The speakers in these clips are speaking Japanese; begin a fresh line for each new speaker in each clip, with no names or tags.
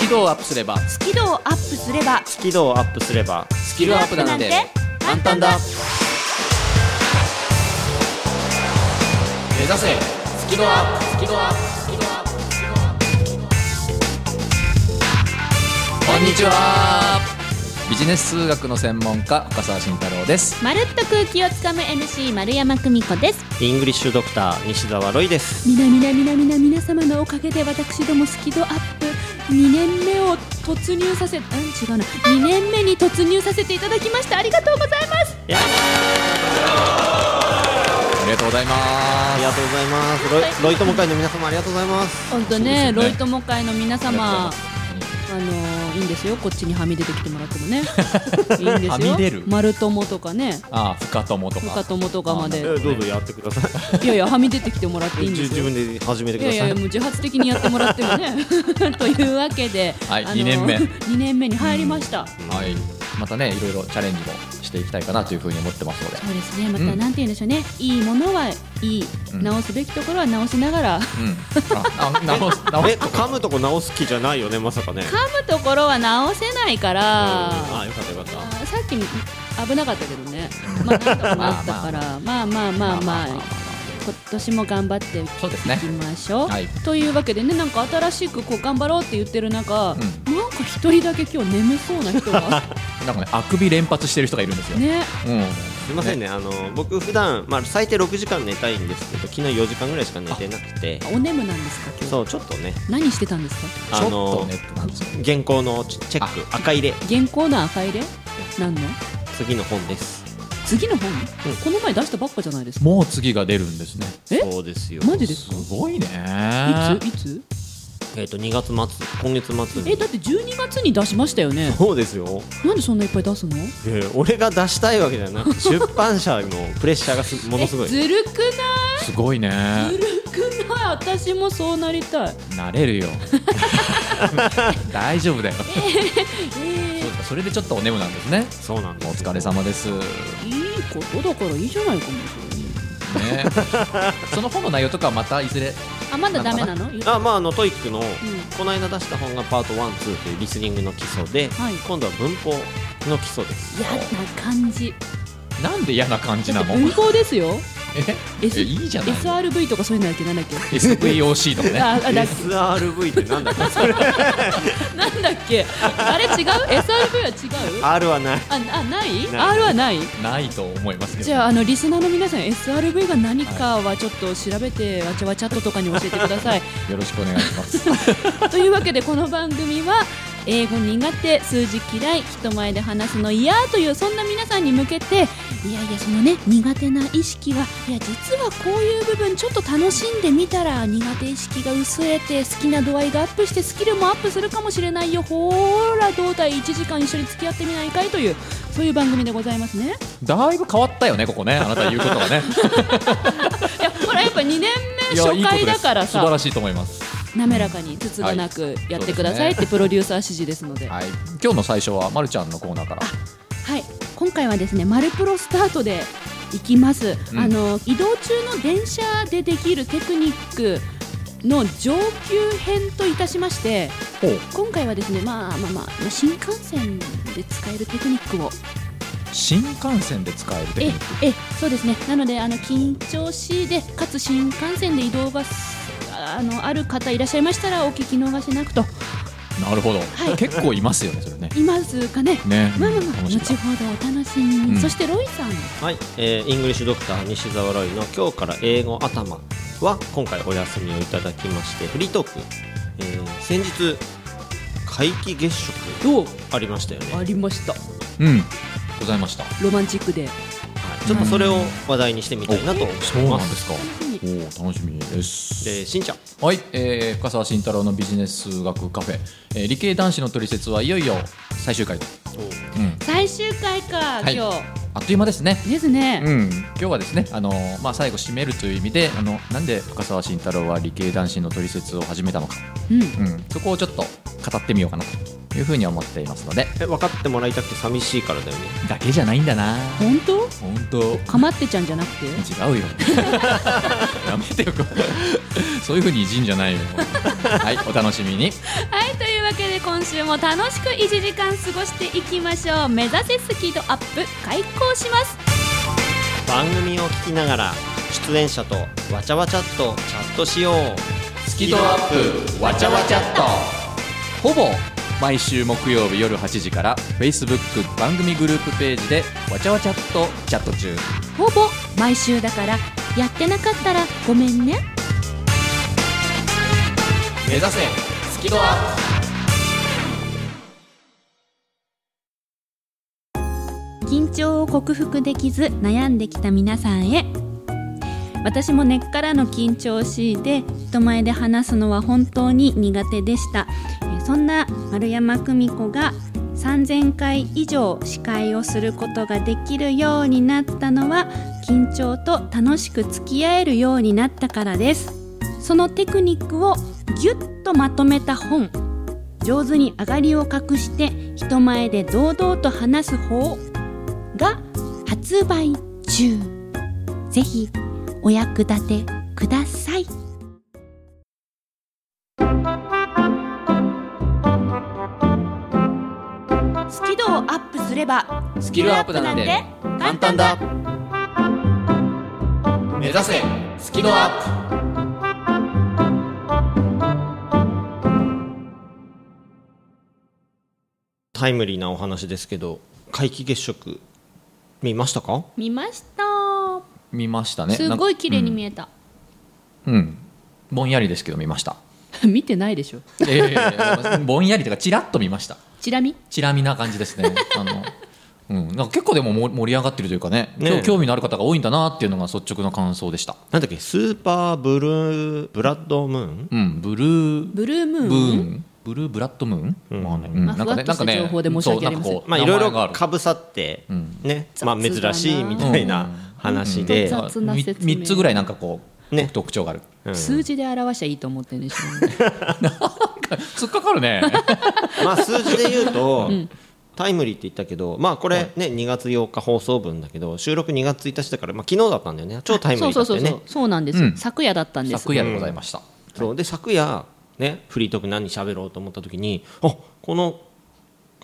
キ度をアップすれば
スキルをアップすれば
スキルをアップすれば
スキルアップなんて簡単だ目指せスキルアップスキルアップスキルアップスキルアップこんにちはビジネス数学の専門家深澤慎太郎です
まるっと空気をつかむ MC 丸山久美子です
イングリッシュドクター西澤ロイです
みなみなみなみな皆様のおかげで私どもスキドアップ2年目を突入させうん違うな2年目に突入させていただきましたありがとうございます
いや
ありがとうございま
ありがとうございますロイロイ友会の皆様ありがとうございます
本当
そうです
ね
ね
ロイ友会の皆様あ
あ
のーいいんですよこっちにはみ出てきてもらって もねいいんですよ
はみ出る
丸友とかね
あ深友とか
深友とかまで
えどうぞやってくださ
いやいやはみ出てきてもらって
い
いいん
自
です
自
よ
分で始めて
い
く
や
だ
いや
さ
い
い
やもう自発的にやってもらってもねというわけで、
はい
あの
二年目
二年目に入りました、
はいまたねいろいろチャレンジもしていきたいかなというふうに思ってますので
そうですねまた
うん
なんて言うんでしょうね、いいものはいい、
うん
直すべきところは直しながら噛
うんああ 直す直
え
す
噛むとこ直す気じゃないよねまさかね
むところは直せないから、
ああよかったよかった
あーさっき危なかったけどね、まあ、なんとかなったから、まあまあまあまあ、今年も頑張ってい
そうですね
きましょう。
はい
というわけでね、なんか新しくこう頑張ろうって言ってる中、
ん
なんか一人だけ今日眠そうな人が
なんかねあくび連発してる人がいるんですよ
ね、
うん
すみませんねあの僕普段まあ最低6時間寝たいんですけど昨日4時間ぐらいしか寝てなくて
お眠なんですか今
そうちょっとね
日。何してたんですか。
ちょ
あ
っと
の
ねってなんですよ
原稿のチチェック赤入れ
原稿の赤入れ？何の？
次の本です
次の本、
うん
この前出したばっかじゃないですか。
もう次が出るんですね
え
そうですよ
マジですか。
ごいね
いついつ？
えっと2月末今月末
え、
に
だって12月に出しましたよね。
そうですよ
なんでそんないっぱい出すの？
えー俺が出したいわけじゃなくて出版社のプレッシャーがすものすご
え
い
ずるくない？
すごいね
ずるくない私もそうなりたい
なれ るよ大丈夫だよ
え
そうかそれでちょっとお眠なんですね
そうなんで
お
す
疲れ様ですね
ー、いいことだからいいじゃないかもそれ
その本の内容とかはまたいずれ
あまだダメなの言う
あまああのトイックの、この間出した本がパート12というリスニングの基礎で、
はい
今度は文法の基礎です
嫌な感じ
なんで嫌な感じ
だ
な
って
の
文法ですよ
え
S-
えいいじゃない
SRV とかそういうのだっけなんだっけ
SVOC とかね
ああだっ
SRV ってなんだっけ
けなんだっけあれ違う SRV は違うあ
R はない
あない
ない
R はない
ないと思いますけど
じゃああのリスナーの皆さん SRV が何かはちょっと調べてわちゃわちゃっととかに教えてください
よろしくお願いします
というわけでこの番組は英語苦手数字嫌い人前で話すの嫌というそんな皆さんに向けていやいやそのね苦手な意識はいや実はこういう部分ちょっと楽しんでみたら苦手意識が薄れて好きな度合いがアップしてスキルもアップするかもしれないよほーらどうだい1時間一緒に付き合ってみないかいというそういう番組でございます ね
だいぶ変わったよねここねあなた言うことはね
いやこれやっぱ2年
い
目
やい
初
いこと
回
で
だ
す
から
素晴
さ
らしいと思います
滑らかにつつがなくやってくださいってプロデューサー指示ですので
はい今日の最初はまるちゃんのコーナーから
はい、今回はですね、マルプロスタートで行きます。
うん
あの移動中の電車でできるテクニックの上級編といたしまして、
ほう
今回はですね、まあまあまあ新幹線で使えるテクニックを
新幹線で使えるテク
え
ニック
えそうですね。なのであの緊張しいでかつ新幹線で移動がすあのある方いらっしゃいましたらお聞き逃しなくと
なるほど、
はい
結構いますよねそれね
いますかね。
ね
まあまあま
楽
あ後
しみ
ほ
だ
どお楽しみに、
うん
そしてロイさん
はい、えーイングリッシュドクター西澤ロイの「今日から英語頭」は今回お休みをいただきましてフリートーク、えー先日皆既月食
どう
ありましたよね、
あ
はい、
りました
うんございました
ロマンチックで
ちょっとそれを話題にしてみたいなと思います
そうなんですか
楽し
おお楽しみです
でしんちゃん
はい、えー深澤慎太郎のビジネス数学カフェ、えー理系男子のトリセツはいよいよ最終回、うん、
最終回か、
はい
今
あっという間ですね
日ですね、
うん、今日はですね、あのーまあ、最後締めるという意味であのなんで深澤慎太郎は理系男子のトリセツを始めたのか、
うん
うん、そこをちょっと語ってみようかなというふうに思っていますので
え分かってもらいたくて寂しいからだよね
だけじゃないんだな
本当
本当
かまってちゃんじゃなくて
違 うよやめてよそういうふうにいじんじゃないよはいお楽しみに
はいというわわけで今週も楽しく1時間過ごしていきましょう目指せスキードアップ開講します
番組を聞きながら出演者とわちゃわちゃっとチャットしよう
スキドアップわちゃわちゃっとほぼ毎週木曜日夜8時から Facebook 番組グループページでわちゃわちゃっとチャット中
ほぼ毎週だからやってなかったらごめんね
目指せスキドアップ
緊張を克服できず悩んできた皆さんへ私も根っからの緊張を強いて人前で話すのは本当に苦手でしたえーそんな丸山久美子が3000回以上司会をすることができるようになったのは緊張と楽しく付き合えるようになったからですそのテクニックをぎゅっとまとめた本上手に上がりを隠して人前で堂々と話す方が発売中ぜひお役立てくださいスキルをアップすれば
ス
ス
キルアップなんて簡単だ目指せスキドアップ
タイムリーなお話ですけど皆既月食見ましたか
見ました
見ましたね
すごい綺麗に見
え
えた、
うん、うんぼんやりですけど見ました
見てないでしょ
いやいやいやぼんやりというかちらっと見ました
チラ見
チラ見な感じです ねあのうん、なんか結構でもも盛り上がってるというかね
ね
今日興味のある方が多いんだなっていうのが率直な感想でした、
なんだっけスーパーブルーブラッドムーン
うん、ブルー
ブルーム
ブ
ーン
ーン、ブルーブラッドムーン、
うん
まあねう
まあふわっとした情報で申し訳ありません
そうなんかこう
まあいろい
名前が
ろ
る
かぶさって、
うん
ね、まあ
雑だな
珍しいみたいな話で、
うんうん雑な
み
説明
三つぐらいなんかこう、
ね
特徴がある。
うん
数字で表しゃいいと思ってんでしょ、ね、
突っかかるね。
まあ数字で言うと、タイムリーって言ったけど、まあこれね、2月8日放送分だけど、収録2月1日だから、まあ昨日だったんだよね。 超タイム
そ
リ
う
ーだ
そう
った
そう
よね。
そ
そう
そうなんですよ、
うん
昨夜だったんです
昨夜でございました。
うで昨夜ね、フリートーク何喋ろうと思った時に、あこの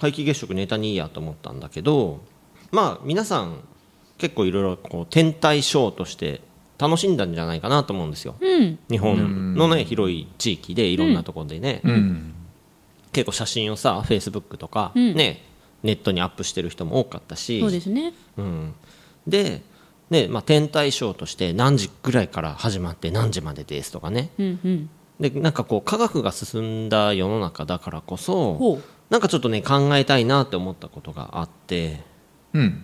皆既月食ネタにいいやと思ったんだけど、まあ皆さん結構いろいろこう天体ショーとして楽しんだんじゃないかなと思うんですよ。
うん
日本のね広い地域でいろんなところでね、
うん。
結構写真をさフェイスブックとか、
うん
ねネットにアップしてる人も多かったし
そうですね
うんでねまあ、天体ショーとして何時ぐらいから始まって何時までですとかね
うんうん
でなんかこう科学が進んだ世の中だからこそ
ほう
なんかちょっとね考えたいなって思ったことがあって
うん。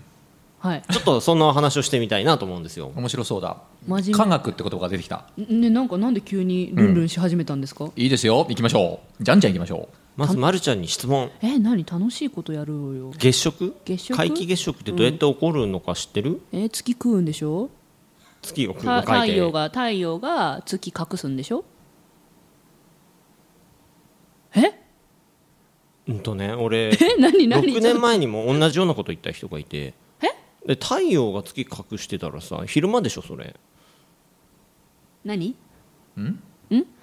はい
ちょっとそんなお話をしてみたいなと思うんですよ。
面白そうだ。
真面目
科学って言葉が出てきた。
ね、なんかなんで急にルンルンし始めたんですか、
いいですよ。行きましょう。じゃんじゃん行きましょ
まずまるちゃんに質問
え何楽しいことやろうよ
月食
月食
皆既月食ってどうやって起こるのか知ってる、
え月食うんでしょ
月を空
た
を描
太
いて
陽が太陽が月隠すんでしょえ
うんとね俺
え何何
6年前にも同じようなこと言った人がいて
え
で太陽が月隠してたらさ昼間でしょそれ
何
う。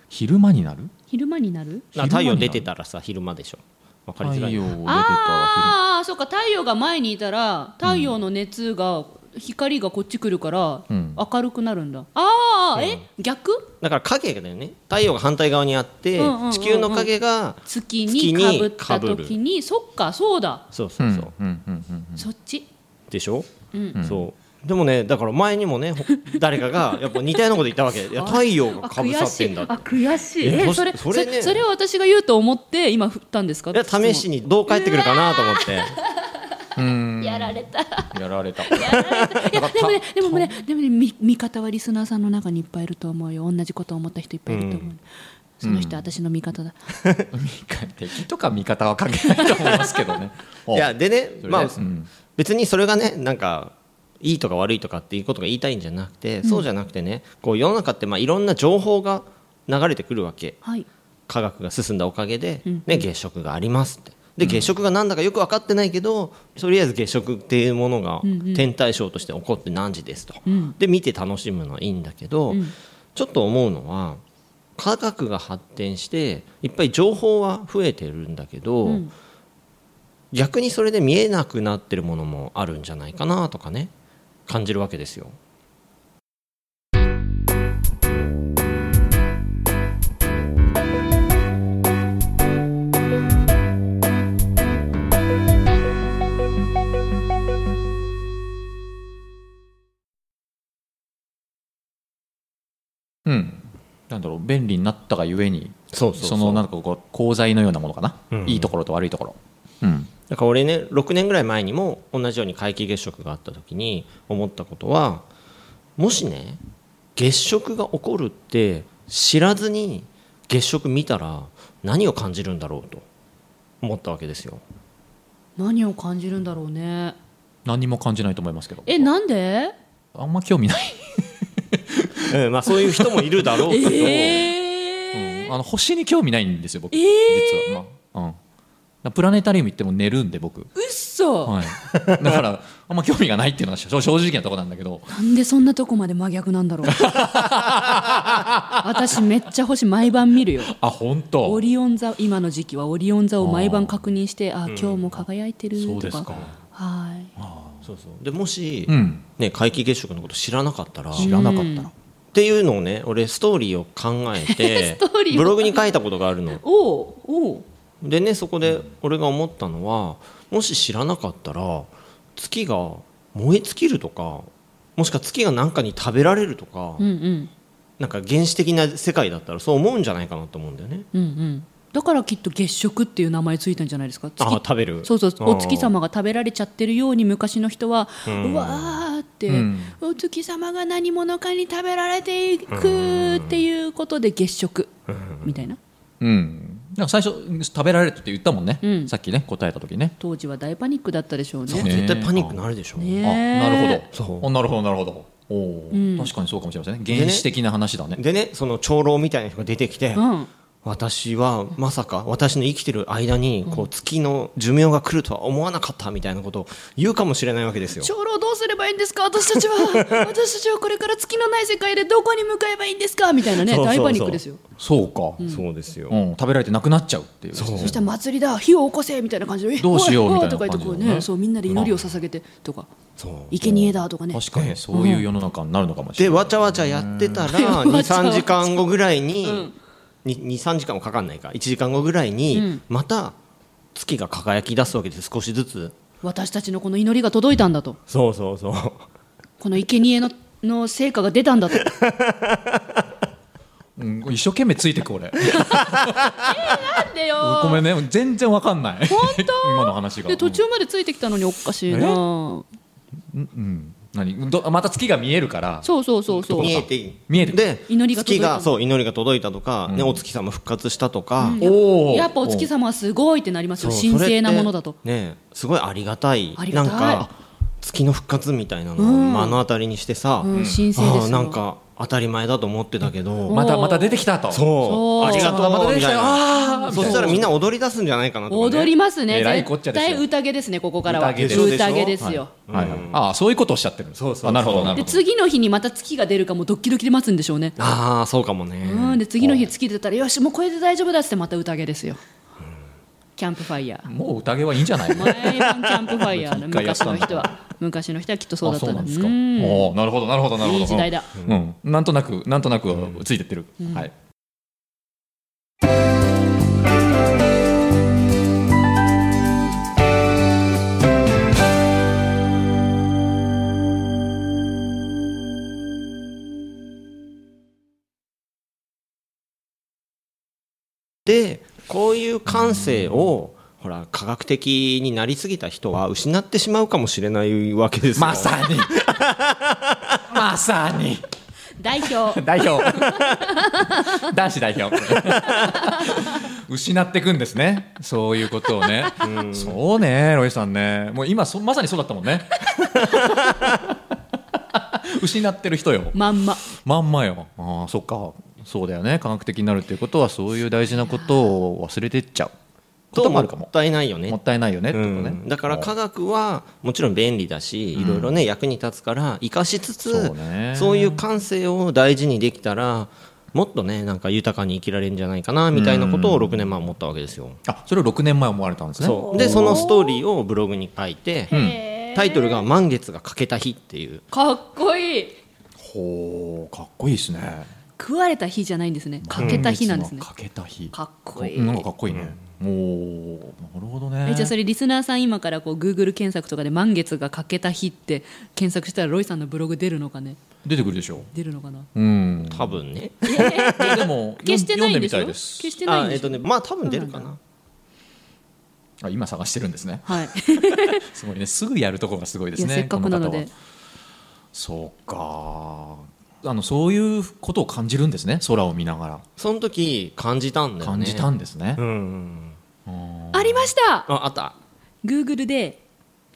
昼間になる。
昼間になる
昼間になる
太陽出てたらさ昼間でしょわかり
太
づらい
陽
な
を出てたら
ああそうか太陽が前にいたら太陽の熱が、光がこっち来るから、
うん
明るくなるんだああ、え逆
だから影だよね太陽が反対側にあって、
うんうんうんうん
地球の影が
月に
月に
かぶった
被る
時にそっかそうだ、
そうそう
昼。
そう、
うん。うん。うん。うん。
そっち
でしょ、
うん
そうでもねだから前にもねほ誰かがやっぱ似たようなこと言ったわけ いや太陽が
あ
かぶ
悔
さっ
して
ん
い
だ
あ
って
悔しい
え
え
どうし
それ
そ
そ
れ
れ
ね
それを私が言うと思って今振ったんですか
いや試しにどう帰ってくるかなと思って
うん。
やられたい
やられた。
やでもねでもねでもねみ味方はリスナーさんの中にいっぱいいると思うよ同じこと思った人いっぱいいると思う、その人私の味方だ、
味方敵とか味方は関係ないと 思いますけどね。
いやでね
それで
まあ、
うん
別にそれがねなんかいいとか悪いとかっていうことが言いたいんじゃなくて、そうじゃなくてねこう世の中ってまあいろんな情報が流れてくるわけ
はい
科学が進んだおかげで、
うん
ね、月食がありますってで月食がなんだかよく分かってないけどとりあえず月食っていうものが
うんうん
天体ショーとして起こって何時ですと、
うん
で見て楽しむのはいいんだけど、
うん
ちょっと思うのは科学が発展していっぱい情報は増えてるんだけど、
うん
逆にそれで見えなくなってるものもあるんじゃないかなとかね感じるわけですよ。
うん、なんだろう便利になったがゆえに
そう
そのなんかこう功罪のようなものかな、
うん
いいところと悪いところ、うん
だから俺ね6年ぐらい前にも同じように皆既月食があった時に思ったことはもしね月食が起こるって知らずに月食見たら何を感じるんだろうと思ったわけです よ。
何を感じるんだろうね
何にも感じないと思いますけど
えなんで
あんま興味ない、
うんまあ、そういう人もいるだろうけど、
えー
うんあの星に興味ないんですよ僕、
えー
実は、まあうん、だからプラネタリウム行っても寝るんで僕、
うっそ、
はい、だからあんま興味がないっていうのは正正直なところなんだけど
なんでそんなとこまで真逆な んだろう私めっちゃ星毎晩見るよ
あ本
オ
当
リオン座今の時期はオリオン座を毎晩確認してあ今日も輝いてる
そう
と
で
か,、
すか
はい
そうそうでもし、
うん
ね、皆既月食のこと知らなかったらっ
知らなかったら、
ていうのをね俺ストーリーを考えて
ストーリーを
ブログに書いたことがあるの。
おうおう
でねそこで俺が思ったのはもし知らなかったら月が燃え尽きるとかもしくは月が何かに食べられるとか、
うんうん
なんか原始的な世界だったらそう思うんじゃないかなと思うんだよね。
うんうんだからきっと月食っていう名前ついたんじゃないですか月
あ食べる
そうそうお月
あ
様が食べられちゃってるように昔の人は、うんわーって、
うん
お月様が何者かに食べられていくっていうことで月食みたいな
うん、なんか最初食べられるって言ったもんね、
うん
さっきね答えた時ね
当時は大パニックだったでしょう
ー
ね
ね
絶対パニックなるでしょ、
あ
ね
なるほど
そう
あなるほどなるほどおお、確かにそうかもしれませんね原始的な話だね
でねその長老みたいな人が出てきて、
うん
私はまさか私の生きてる間にこう月の寿命が来るとは思わなかったみたいなことを言うかもしれないわけですよ。
長老どうすればいいんですか私たちは私たちはこれから月のない世界でどこに向かえばいいんですかみたいなね
そうそうそう
大パニックですよ
そうか、
そうですよ、
うん、食べられてなくなっちゃうっていう
そう
そしたら祭りだ火を起こせみたいな感じでえ
どうしよう
お
みたいな
おとか言ってこう
感じの
ね
ね
そうみんなで祈りを捧げてとか
そう
生贄だとかね
確かにそういう世の中になるのかもしれ
で
ない、
わちゃわちゃやってたら
うんわちゃわちゃ
23時間後ぐらいに、に23時間もかかんないか1時間後ぐらいに、また月が輝き出すわけです少しずつ
私たちのこの祈りが届いたんだと
そうそうそう
この生贄のの成果が出たんだと
うん、一生懸命ついてく俺
なんでよ
ごめんね全然わかんない本当 今の話が
で途中までついてきたのにおかしい
え
な
うん、何どまた月が見えるから
そうそうそうそう
見えて
見えて
で
祈りが届
月
いた
がそう祈りが届いたとか、ね、お月様復活したとか、
おお
やっぱお月様はすごいってなりますよ神聖なものだと
それってねすごいありがたい
ありがたい
なんか月の復活みたいなのを
うん
目の当たりにしてさ、
うん神聖で
あー
す
な
よ
んか当たり前だと思ってたけど、
また
おー
また出てきたと
そう
そう
ありがと
また
う
出てき
みた
た
い
よ
な
あー
そしたらみんな踊り出すんじゃないかなとかね
踊りますね
えらいこっち
絶
ゃです
対
よ
宴ですねここからは
宴
でしょ
宴ですよ
はいはいああそういうことをおっしゃってる
そうそうそう
あなるほどなる
で
ほど
次の日にまた月が出るかもドッキドキで待つんでしょうね
ああそうかもね、
うんで次の日月出たらよしもうこれで大丈夫だっつってまた宴ですよキャンプファイヤー
もう宴はいいんじゃないの
毎晩キャンプファイヤー だ
一回やっ
昔
たんだ
の人は昔の人はきっとそうだ
あ
った
そうなんですか
うん
おーなるほどなるほどなるほど
いい時代だ
うん、うんなんとなくなんとなくついてってる、はい
でこういう感性をほら科学的になりすぎた人は失ってしまうかもしれないわけですよ
まさにまさに
代 表
代表男子代 表失っていくんですねそういうことをね、そうねロイさんねもう今そまさにそうだったもん ね失ってる人よ
まんま
まんまよああそっかそうだよね科学的になるっていうことはそういう大事なことを忘れてっちゃうこと
と
も
も
あ
っ
るかも
たいないよね
もったいないよねってことね、
うんだから科学はもちろん便利だしいろいろね役に立つから生かしつつ
そうね
そういう感性を大事にできたらもっとねなんか豊かに生きられるんじゃないかなみたいなことを6年前思ったわけですよ。
あそれを6年前思われたんですね
そうでそのストーリーをブログに書いて、
ん
へー
タイトルが「満月が欠けた日」っていう
かっこいい
ほうかっこいいですね
食われた日じゃないんですね欠けた日なんですね
かけた日
かっこいい
なんかかっこいいね、おおなるほどね
えじゃあそれリスナーさん今からこう Google 検索とかで満月が欠けた日って検索したらロイさんのブログ出るのかね
出てくるでしょ
出るのかな
ううん
多分ね。
でも
消してないんでしょ
読んでみたいです
消してない
あ
ん
え
で
っ
しょ、
とねまあ多分出るかな。
あ今探してるんですね
はい
すごいねすぐやるところがすごいです
いや
ね
せっかくなの
こ方は
で
そうかあのそういうことを感じるんですね空を見ながら
その時感じたんだよね。
感じたんですね
うんうん
うん
ありました
ああった
Google で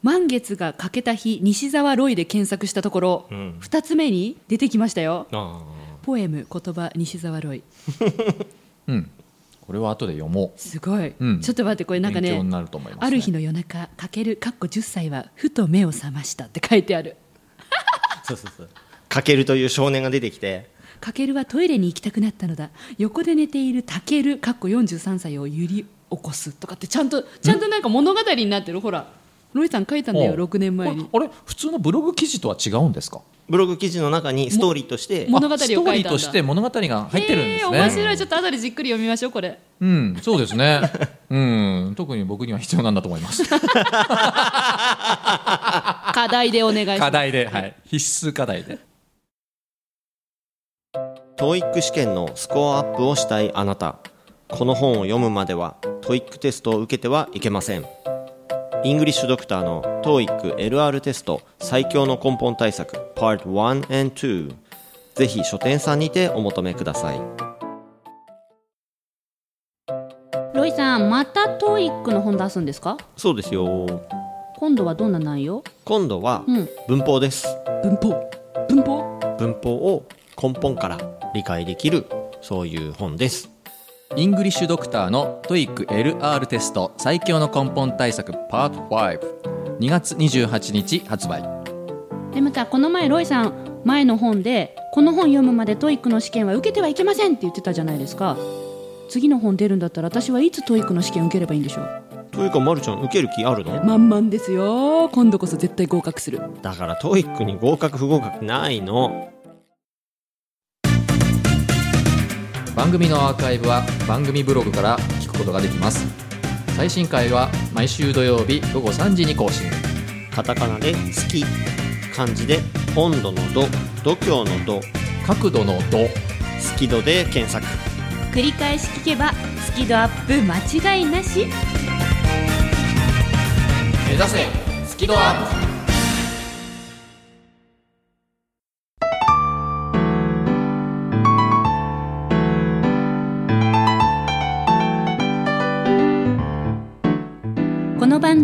満月が欠けた日西澤ロイで検索したところ、
う
二
ん
2つ目に出てきましたよ
あ
ポエム言葉西澤ロイ
うんこれは後で読も
すごい、
うん
ちょっと待ってこれ
う
なんか
勉強
ね
になると思いますね
ある日の夜中かけるかっこ10歳はふと目を覚ましたって書いてある
あそうそうそうかけるという少年が出てきて
かけるはトイレに行きたくなったのだ横で寝ているたけるかっこ43歳を揺り起こすとかってちゃんとちゃんとなんか物語になってるほらロイさん書いたんだよ
おう
6年前に
ああれ普通のブログ記事とは違うんですか
ブログ記事の中にストーリーとして
も物語を書いたん
あス
だ
トーリーとして物語が入ってるんですね、
えー面白いちょっと後でじっくり読みましょうこれ
うんそうですね うん特に僕には必要なんだと思います
課題でお願いしま
課
す
題で、はい、必須課題で
TOEIC 試験のスコアアップをしたいあなたこの本を読むまでは TOEIC テストを受けてはいけませんイングリッシュドクターの TOEICLR テスト最強の根本対策 Part 1 and 2ぜひ書店さんにてお求めください
ロイさんまた TOEIC の本出すんですか
そうですよ
今度はどんな内容
今度は
うん
文法です、
文法文法
文法を根本から理解できるそういう本です
イングリッシュドクターの TOEICLR テスト最強の根本対策 Part52 月28日発売
でまたこの前ロイさん前の本でこの本読むまで TOEIC の試験は受けてはいけませんって言ってたじゃないですか次の本出るんだったら私はいつ TOEIC の試験受ければいいんでしょう
というかまるちゃん受ける気あるの
満々ですよ今度こそ絶対合格する
だから TOEIC に合格不合格ないの
番組のアーカイブは番組ブログから聞くことができます最新回は毎週土曜日午後3時に更新
カタカナで「好き」漢字で「温度の度」「度胸の度」
角度の度
「好き度」で検索
繰り返し聞けばスキドアップ間違いなし
目指せスキドアップ
この番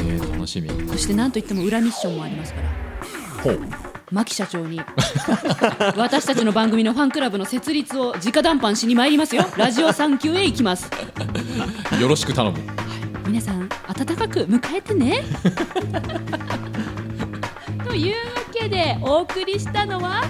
えー、楽しみ
そしてなんといっても裏ミッションもありますから
ほう
牧社長に私たちの番組のファンクラブの設立を直談判しに参りますよラジオサンキューへ行きます
よろしく頼む
皆さん温かく迎えてね というわけでお送りしたのは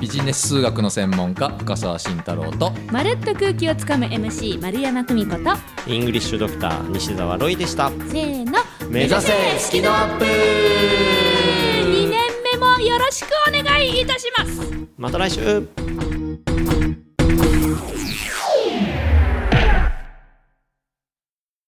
ビジネス数学の専門家深澤慎太郎と
「まるっと空気をつかむ MC 丸山久美子」と
イングリッシュドクター西澤ロイでした
せーの
目指せスキドアップ
2年目もよろしくお願いいたします
また来週